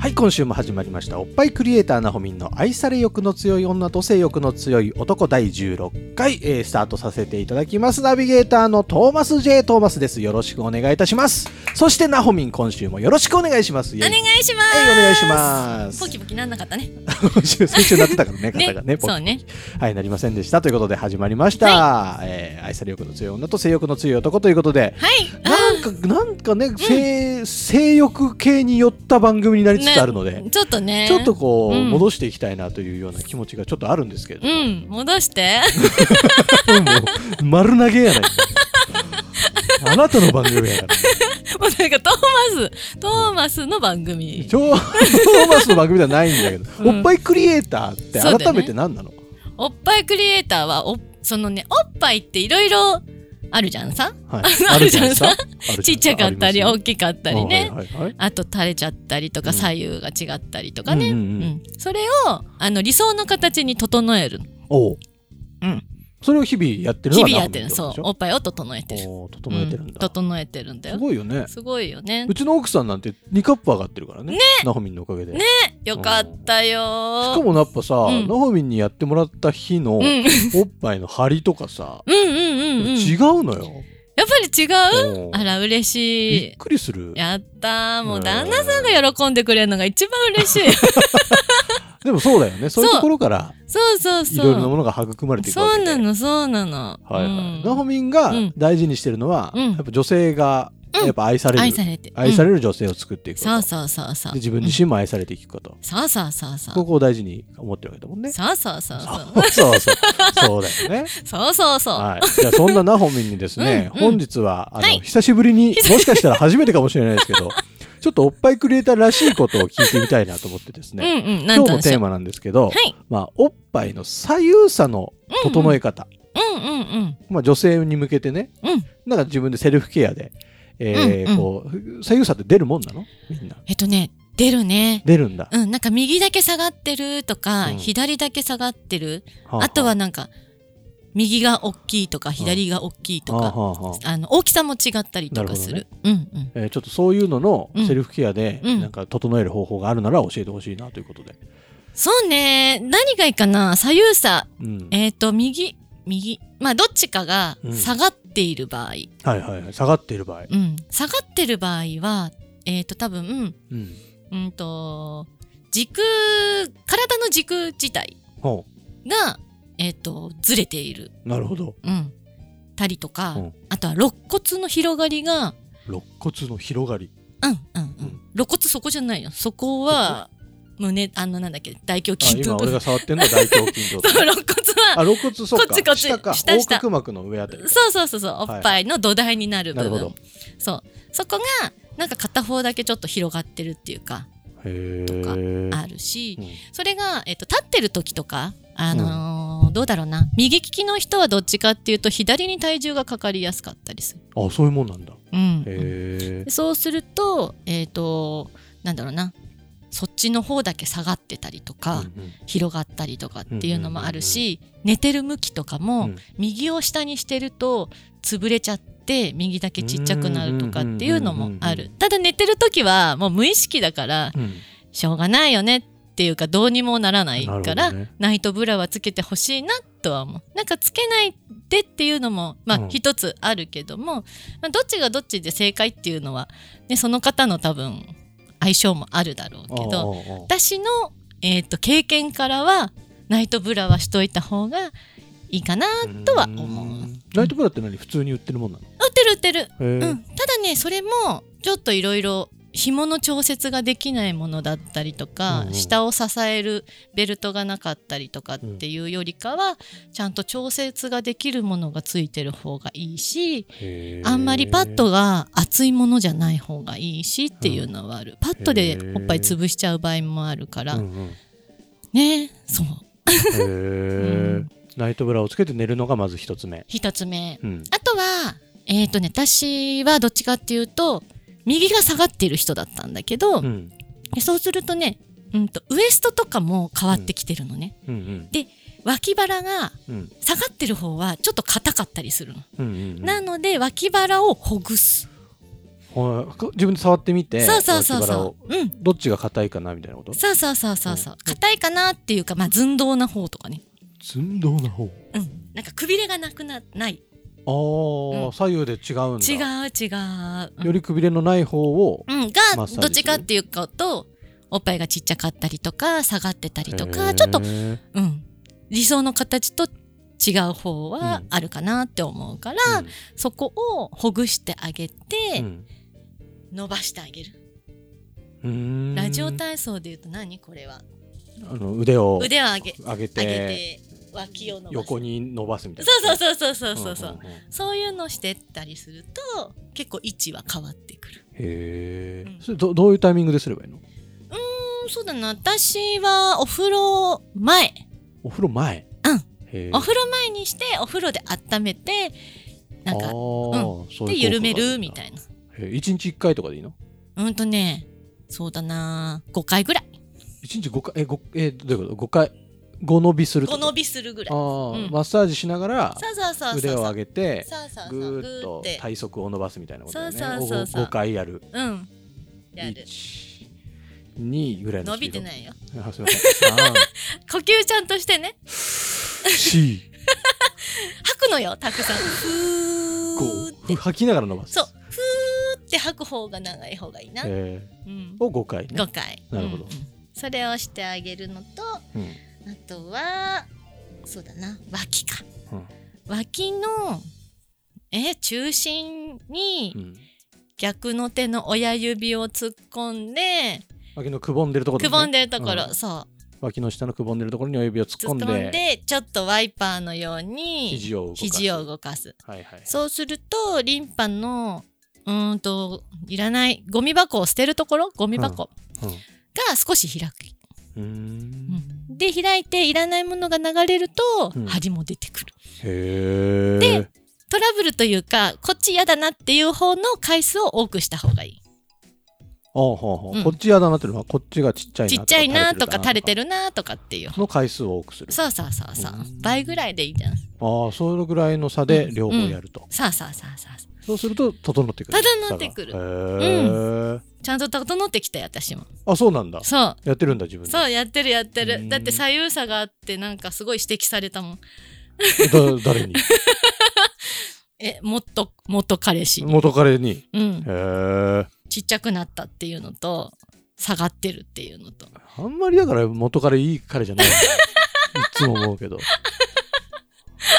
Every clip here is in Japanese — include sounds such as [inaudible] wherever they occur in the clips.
はい今週も始まりましたおっぱいクリエイターなほみんの愛され欲の強い女と性欲の強い男第16回、えースタートさせていただきますナビゲーターのトーマス J トーマスですよろしくお願いいたしますそしてなほみん今週もよろしくお願いしますおお願いします。はいお願いしますポキポキなんなかったね。今週先週なってたから [laughs] ね方がねポッそうね。はいなりませんでしたということで始まりました、えー愛され欲の強い女と性欲の強い男ということではい。なんかなんかね、性性欲系に寄った番組になりつつあるので、ちょっとね。ちょっと。こう、うん戻していきたいなというような気持ちがちょっとあるんですけれどうも、ん、戻して。 [laughs] もう [laughs] 丸投げやないかあなたの番組 [laughs] やからもうなんかトーマス、トーマスの番組。トートーマスの番組ではないんだけど、うんおっぱいクリエイターってそうだよ改ねめて何なの、おっぱいクリエイターは、お、そのね、おっぱいっていろいろあるじゃんさ。はいあるじゃんあるじゃんちっちゃかったり、あ大まきかったすりよね。はいはいはいあと垂れちゃったりとうかん左右が違ったりとかね、ううんんうんうんそれをあの理想の形に整えるおううんそれを日々やってるの日は々やってるそうおおっぱいを整えてるおう整えてるんうんだ、整えてるんだすよごいよねすごいよねうちの奥さんなんて2カップ上がってるからねナホミンのおかげで、ねよかったよしーかもやっぱさ、うんナホミンにやってもらった日の、うん、うんおっぱいの張りとかさ、うんうんうん違うのよ。やっぱり違ううんあら嬉しびいっくりする。やったーもううん旦那さんが喜んでくれるのが一番嬉しいでもそうだよね。そういうそうところからそうそういろいろなそもうのが育まれていくわそけうで。な。のそうなのはいはい。うんナホミンがうん大事にしてるのは、うんやっぱ女性がうんやっぱ愛される、愛されて愛されれる女性を作っていくこと。そうそうそうそうで自分自身も愛されていくこと。そうそうそうそうここを大事に思ってるわけだもんね。そうそうそうそそううそうそう。そうだよね。そうそうそうはい。じゃあそんなナホミンにですね、うんうん本日は、あの、はい久しぶりに、もしかしたら初めてかもしれないですけど、 [laughs] ちょっとおっぱいクリエイターらしいことを聞いてみたいなと思ってですうね、んうんな今日んとのなしテーようマなんですけど、はいまあ、おっぱいの左右差の整え方、うんうんうんまあ、女性に向けてねうんなんか自分でセルフケアで、えーうんうんこう左右差って出るもんなのみんなえっとね出るね出るんだ、うん、なんか右だけ下がってるとか、うん左だけ下がってるああとはなんか右が大きいとか左が大きいとはかあ、はあはああの大きさも違ったりとかする。うんうん。えーちょっとそういうののうんセルフケアで、うんなんか整える方法があるなら教えてほしいなということで、そうね。何がいいかな。左右差。うんえっ、と右右。まあどっちかがうん下がっている場合。はいはいはい下がっている場合、うん。下がってる場合はえっ、と多分うん、うんと軸体の軸自体ほがえっ、とずれている。うなるほどうん。たりとか、うんあとは肋骨の広がりが肋骨の広がりうんうんうんん。肋骨そこじゃないよ。そこは胸あのなんだっけ大胸あ筋今とか。俺が触ってんのは大胸筋 [laughs] ってことそう肋骨あは肋骨そうかこっちこっち下か下下横隔膜の上あたりかそうそうそうそういおっぱいの土台になるな部るほど分。そうそこがなんか片方だけちょっと広がってるっていうかへかえあるし、うんそれがえっと立ってる時とかあのーどうだろうな右利きの人はどっちかっていうと左に体重がかかりやすかったりする。あそういうもんなんだ。うんうんへえで。そうするとえっ、となんだろうなそっちの方だけ下がってたりとか。広がったりとかっていうのもあるし、寝てる向きとかうんも、うん右を下にしてると潰れちゃって右だけちっちゃくなるとかっていうのもあうんうんうんうんうんるただ寝てる時はもう無意識だからうんしょうがないよねっていうかどうにもならないかなるら、ほどねナイトブラはつけてほしいなとは思うなんかつけないでっていうのもまうあん一つあるけども、まあ、どっちがどっちで正解っていうのは、ね、その方の多分相性もあるだろうけど。ああああ私の、えー、と経験からはナイトブラはしといた方がいいかな売とは思うんライトブラって何普通に売ってるもんなの？ってる売ってる、へうえん、ただねそれもちょっといろいろ紐の調節ができないものだったりとか、うんうん下を支えるベルトがなかったりとかっていうよりかは、ちゃんと調節ができるものがついてる方がいいし、へーあんまりパッドが厚いものじゃない方がいいしっていうのはある、パッドでおっぱい潰しちゃう場合もあるから、うんうんへねそううーんナイトブラをつけて寝るのがまず一つ目。一つ目うんあとはえっ、とね私はどっちかっていうと右が下がっている人だったんだけど、うんでそうするとね、うん、とウエストとかも変わってきてるのね、うんうん脇腹がうん下がってる方はちょっと硬かったりするの、うんうんなので脇腹をほぐす、はいこ自分で触ってみてそうそうそう脇腹をそううんどっちが硬いかなみたいなことそうそうそうそうそううん硬いかなっていうかまあ寸胴な方とかね寸胴な方うんなんかくびれがなくなないあー、うん左右で違うんだ違う違う、うんよりくびれのない方をうん、マッサーがジするどっちかっていうかとおっぱいがちっちゃかったりとか下がってたりとへかーちょっと、うん、理想の形と違う方はうんあるかなって思うから、そこをほぐしてあげて、うん伸ばしてあげる、うんラジオ体操でいうと何これはあの腕を腕を上上げげ上げてて脇を伸ばす横に伸ばすみたいなそうそうそうそうそうそうそう、んんんへそういうのしてったりすると結構位置は変わってくるえ、うんそれどどういうタイミングですればいいのうんそうだな私はお風呂前お風呂前うんへーお風呂前にしてお風呂で温めてなんあかーそうで緩めるみたいいななへー一日一回とかでいいのうんとねそうだな5回ぐらい一日五回えごえーどういうこと五回五伸びすると5か伸びするぐらいあーうんマッサージしながらそうそうそうそう腕を上げてそうそうそうぐーっとぐーって体側を伸ばすみたいなことだよね。そうそうそうそう5回やる。うんやる1、2ぐらいの伸スピードびてないよあすいませ呼吸ちゃんとしてねん。3、吐くのよたくさんふーっ4、て5。吐きながら伸ばす。そうふーって吐く方が長い方がいいな、えうんー、を5回ね5。回なるほどうんうんそれをしてあげるのとあうんとはそうだな脇か、うん脇のえ中心にうん逆の手の親指を突っ込んで脇のくぼんでるところくぼんでるところ、うんそう脇の下のくぼんでるところに親指を突っ突込っん込でんでちょっとワイパーのように肘を動かす肘を動かすはいはいそうするとリンパのうーんといらないゴミ箱を捨てるところゴミ箱が少し開く、うんうーんで開いていらないものが流れるとうん針も出てくる、へえでトラブルというかこっち嫌だなっていう方の回数を多くした方がいいあほうほううんこっち嫌だなっていうのはこっちがちっちゃいなちっちゃいなとか垂れてるるなとかっていうの回数を多くするそうそうそうそううん倍ぐらいでいいじゃんああそれぐらいの差で両方やると、さあさあさあさあそうすると整ってくる整ってくる差がへーちゃんと整ってきたよ私もあそうなんだそうやってるんだ自分でそうやってるやってうるんだって左右差があってなんかすごい指摘されたもんだ誰にえ元元彼氏に、元彼にうんへ、えちっちゃくなったっていうのと下がってるっていうのとあんまりだから元彼いい彼 [laughs] じゃないいつも思うけど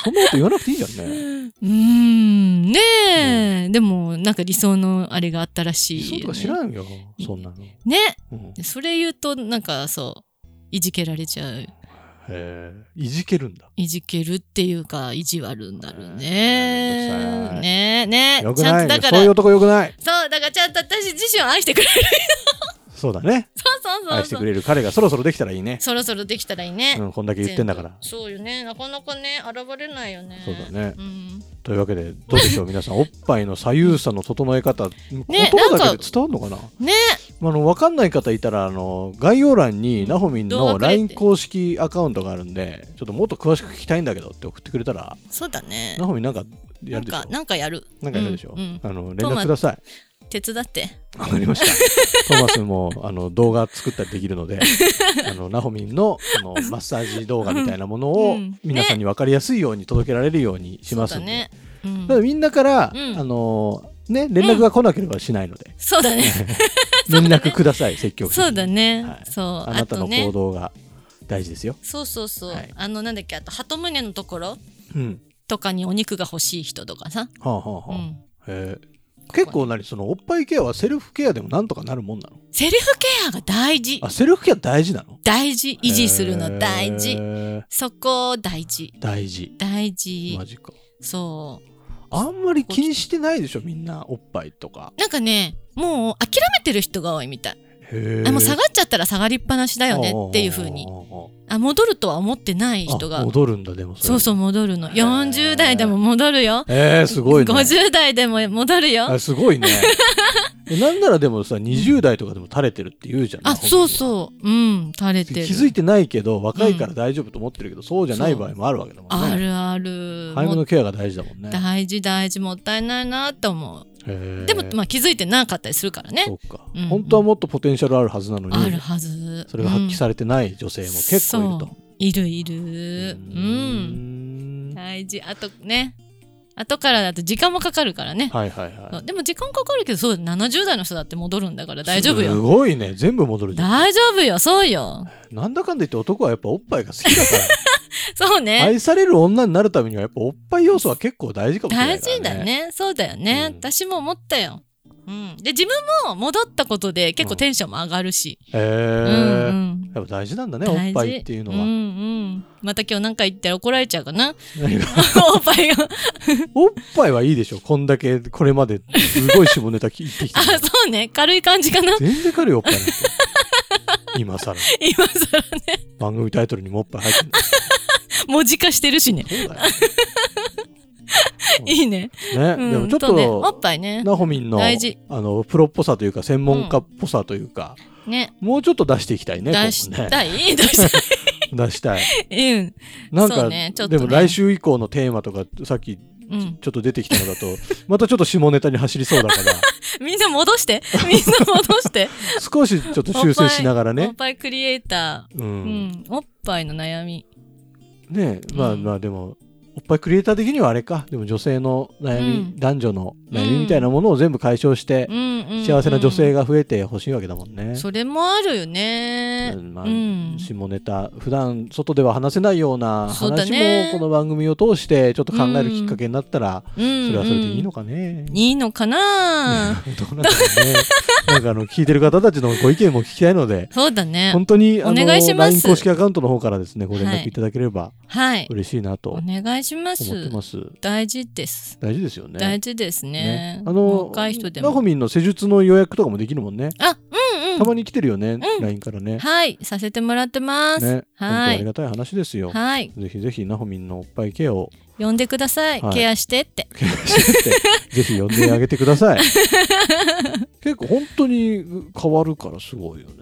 そんなこと言わなくていいじゃんねうーんねえ、でもなんか理想のあれがあったらしいそうとかよね知らんよそんなの、ねうん、へそれ言うとなんかそういじけられちゃうえいじけるんだいじけるっていうか意地悪になるえーめんどくさいねねえねえよくちゃなんいとだよかそらういう男よくないそうだからちゃんと私自身を愛してくれる [laughs] そうだねそうそうそうそう愛してくれる彼がそろそろできたらいいねそろそろできたらいいね、うんこんだけ言ってんだからそうよねなかなかね現れないよねそうだねうん、というわけでどうでしょう皆さんおっぱいの左右差の整え方、ね言葉なだんけかで伝わるのかなねまああの分かんない方いたらあの概要欄になほみん動画のくれて LINE 公式アカウントがあるんでちょっともっと詳しく聞きたいんだけどって送ってくれたらそうだねなほみんなんかやなんるでしょかなんかやるなんかやるでしょ、うんうんあの連絡ください手伝ってわかりま [laughs] した。トーマスもあの動画作ったりできるので、あのナホミンのあ [laughs] のマッサージ動画みたいなものをうん皆さんに分かりやすいように届けられるようにしますそんうだで、ね、うたんだ、みんなから、うんあのね連絡が来なければしないの [laughs] で、そ [laughs] うだね連絡ください積極的に。そうだね、はいそうあなたとのね行動が大事ですよ。そうそうそう、はいあのなんだっけあと鳩胸のところうん。とかにお肉が欲しい人とかさ、はあはあはあ。うん、へえ結構何そのおっぱいケアはセルフケアでもなんとかなるもんなのセルフケアが大事あセルフケア大事なの大事維持するの大へ事ーそこ大事大事大事マジかそうあんまり気にしてないでしょみんなおっぱいとかなんかねもう諦めてる人が多いみたいへあもう下ががっちゃったら下がりっぱなしだよねっていう風にあ戻るとは思ってない人が戻るんだでもそうそうう戻るのへー40代でも戻るよえー、すごいね50代でも戻るよあす [laughs] ごいねえなんならでもさ20代とかでも垂れてるって言うじゃんあそうそううん垂れ気てるづいてないけど若いから大丈夫と思ってるけど、そうじゃない場合もあるわけだもんねあるある早めものうケアが大事だもんね大事大事もったいないなって思うでもまああ気づいてなかったりするからねそうか、うんうん本当はもっとポテンシャルあるはずなのにあるはずそれが発揮れされてない女性も結構いると、いるいるううーんん大事あとね後からだと時間もかかるからねはいはいはでも時間かかるけどそう70代の人だって戻るんだからい大丈夫すよごいね全部戻るじゃん大丈夫よそうよなんだかんだ言って男はやっぱおっぱいが好きだから [laughs] そうね愛される女になるためにはやっぱおっぱい要素は結構大事かもしれな大いから、事ね、だねそうだよね、うん私も思ったよ、うん、で自分も戻ったことで結構テンションも上がるし、へうんえうんやっぱ大事なんだねお大っ事ぱいっていうのうんは、うん、また今日なんか言ったら怒られちゃうかな [laughs] [laughs] おっぱいがおっぱいはいいでしょこんだけこれまですごい下ネタ聞いてきあたからそうね軽い感じかな全然軽いおっぱいなんて今更今更ね番組タイトルにもおっぱい入ってる文字化してるしねそうだいいね,、ようねん、でもちょっほんねおとっぱいねなほみんの大事あのプロっぽさというか専門家っぽさというか、ねもうちょっと出していきたいね出し今後ねたい出したい出したいうんなんか、そうねちょっとでねも来週以降のテーマとかさっきうんちょっと出てきたのだ [laughs] とまたちょっと下ネタに走りそうだからみんな [laughs] 戻してみんな戻して少しちょっと修正しながらおねっ。ぱいクリエイタう、ー、うんん、おっぱいの悩みねえまあうんまあでもおっぱいクリエイター的にはあれかでも女性の悩み、うん男女の悩みみたいなものを全部解消して、幸幸せな女性が増えてほしいわけだもんね。それもあるよね、うんまあうん下ネタ普段外では話せないようなそうだ話もねこの番組を通してちょっと考えるきっかけになったら、うんうんそれはそれでいいのかね。いいのかなどうなんだろうね。なんかあの聞いてる方たちのご意見も聞きたいのでそうだね本当にあのお願いします LINE 公式アカウントの方からですねご連は絡いいただければはい嬉しいなとお思っ願いしますてます。大事です大事ですよね。大事ですねあの若い人でナホもミンの施術の予約とかもできるもんね。あうんたうんまに来てるよね、ん LINE からね。はいさせてもらってます、ね、本当はありいがたい話ですよ。はいぜひぜひナホミンのおっぱいケアを呼んでください、はいケアしてって [laughs] ぜひ呼んであげてください。結構本当に変わるからすごいよね。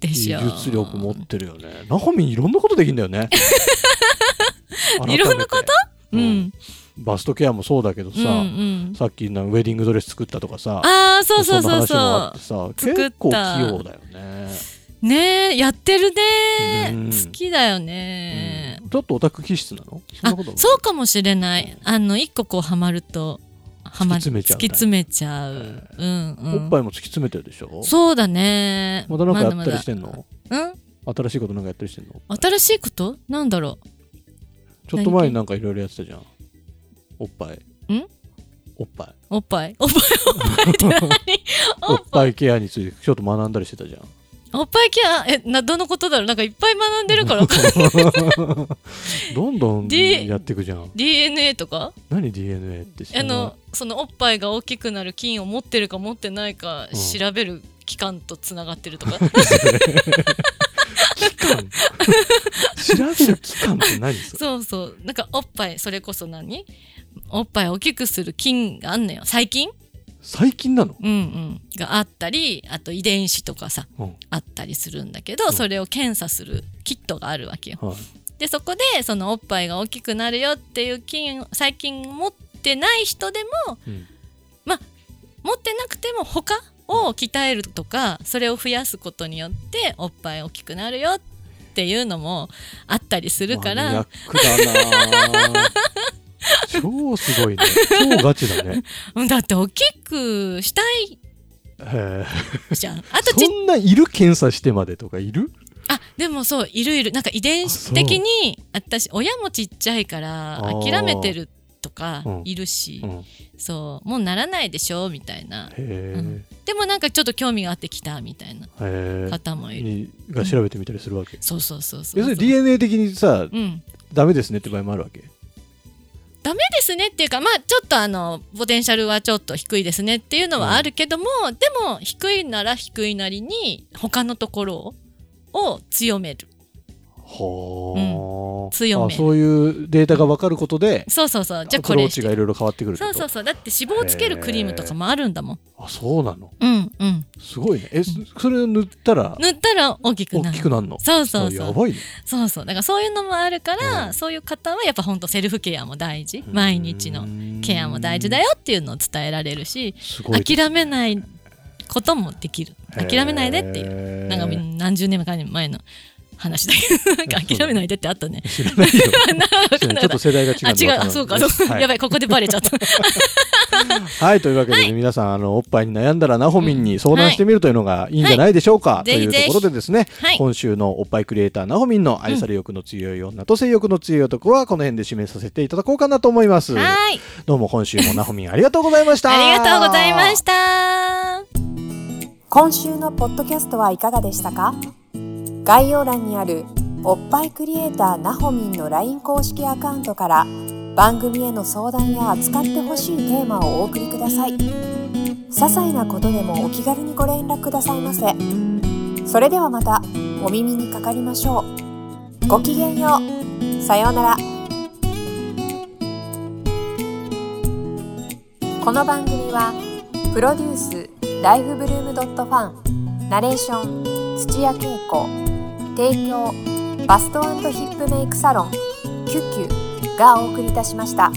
でし技ょ術力持ってるよね。ナホミンいろんなことできるんだよね。改めて [laughs] いろんなことうん、バストケアもそうだけどさ、うんうんさっきのウェディングドレス作ったとかさああそうそうそうそんな話もあっそてさ作った結構器用だよね、うねえやってるね、うん好きだよね、うんちょっとオタク気質なのそんなあこともそうかもしれないあの一個こうハマるとハマ突き詰めちゃう突き詰めちゃう、うんうんおっぱいも突き詰めてるでしょそうだねまたなんかやったりしててんのうん新しいことなんかやったりしてんの新しいことなんだろちょっと前になんかいろいろやってたじゃんおっぱいんおっぱいうおっぱいおっぱいおっぱいって何おおっっぱいぱいケアについてちょっと学んだりしてたじゃんおっぱいケアえなどのことだろうなんかいっぱい学んで [laughs] るからわかんないどんどん D- やっていくじゃん DNA とか何 DNA って知あらないのそのおっぱいが大きくなる菌を持ってるか持ってないかうん調べる期間とつながってる [laughs] とか期間調べる期間って何それそうそうなんかおっぱいそれこそ何おっぱいを大きくする菌があんのよ細菌、最近なのうんうん、があったりあと遺伝子とかさうんあったりするんだけど、うんそれを検査するキットがあるわけよはいでそこでそのおっぱいが大きくなるよっていう菌を細菌持ってない人でもうん持ってなくても他を鍛えるとかそれを増やすことによっておっぱい大きくなるよっていうのもあったりするかマニアッらクだなあ超すごいね超ガチだねうんだって大きくしたいへえじ [laughs] ゃん。あとちっそんないる検査してまでとかいるあでもそういるいるなんか遺伝子的に私親もちっちゃいからあー諦めてるとかうんいるし、うん、へそうもうならないでしょみたいなえ、うんでもなんかちょっと興味があってきたみたいなへ方もいえる、にが調べてみたりするわけ、そうそうそうそう要するに DNA 的にさうんダメですねって場合もあるわけダメですねっていうかまあちょっとあのポテンシャルはちょっと低いですねっていうのはあるけども、でも低いなら低いなりに他のところを強めるはあ、強めあそういうデータが分かることでそうそうそうじゃあアプこローれチがいろいろ変わってくるってこそうとそうそうだって脂肪をつけるクリームとかもあるんだもんあそうなのうんうんすごいねえそそれを塗ったら塗ったら大きくな大るきくなるのそうそうあそやうばいねそうそうだからそういうのもあるから、うんそういう方はやっぱほんとセルフケアも大事 [laughs] 毎日のケアも大事だよよっていうのを伝えられるしすごい諦めないこともできる諦めないでっていううなんかみなん何十年か前の話だけどなんか諦めないでってあったね知らないよ長ちく [laughs] ょなっると世代が違あうんで違うわかんないあそうかそうか、はいやばいここでバレちゃったはいというわけでね、皆さんあのおっぱいに悩んだらナホミンに相談してみるというのがいいんじゃないでしょうか、いというところでですね、はい今週のおっぱいクリエイターナホミンの愛され欲の強い女と性欲の強い男はこの辺で締めさせていただこうかなと思いますはーいどうも今週もナホミンありがとうございましたありがとうございました今週のポッドキャストはいかがでしたか概要欄にあるおっぱいクリエイターなほみんの LINE 公式アカウントから番組への相談や扱ってほしいテーマをお送りください些細なことでもお気軽にご連絡くださいませそれではまたお耳にかかりましょうごきげんようさようならこの番組は「プロデュースライフブルームドットファンナレーション土屋恵子提供バストヒップメイクサロン「キュッキュ」がお送りいたしました。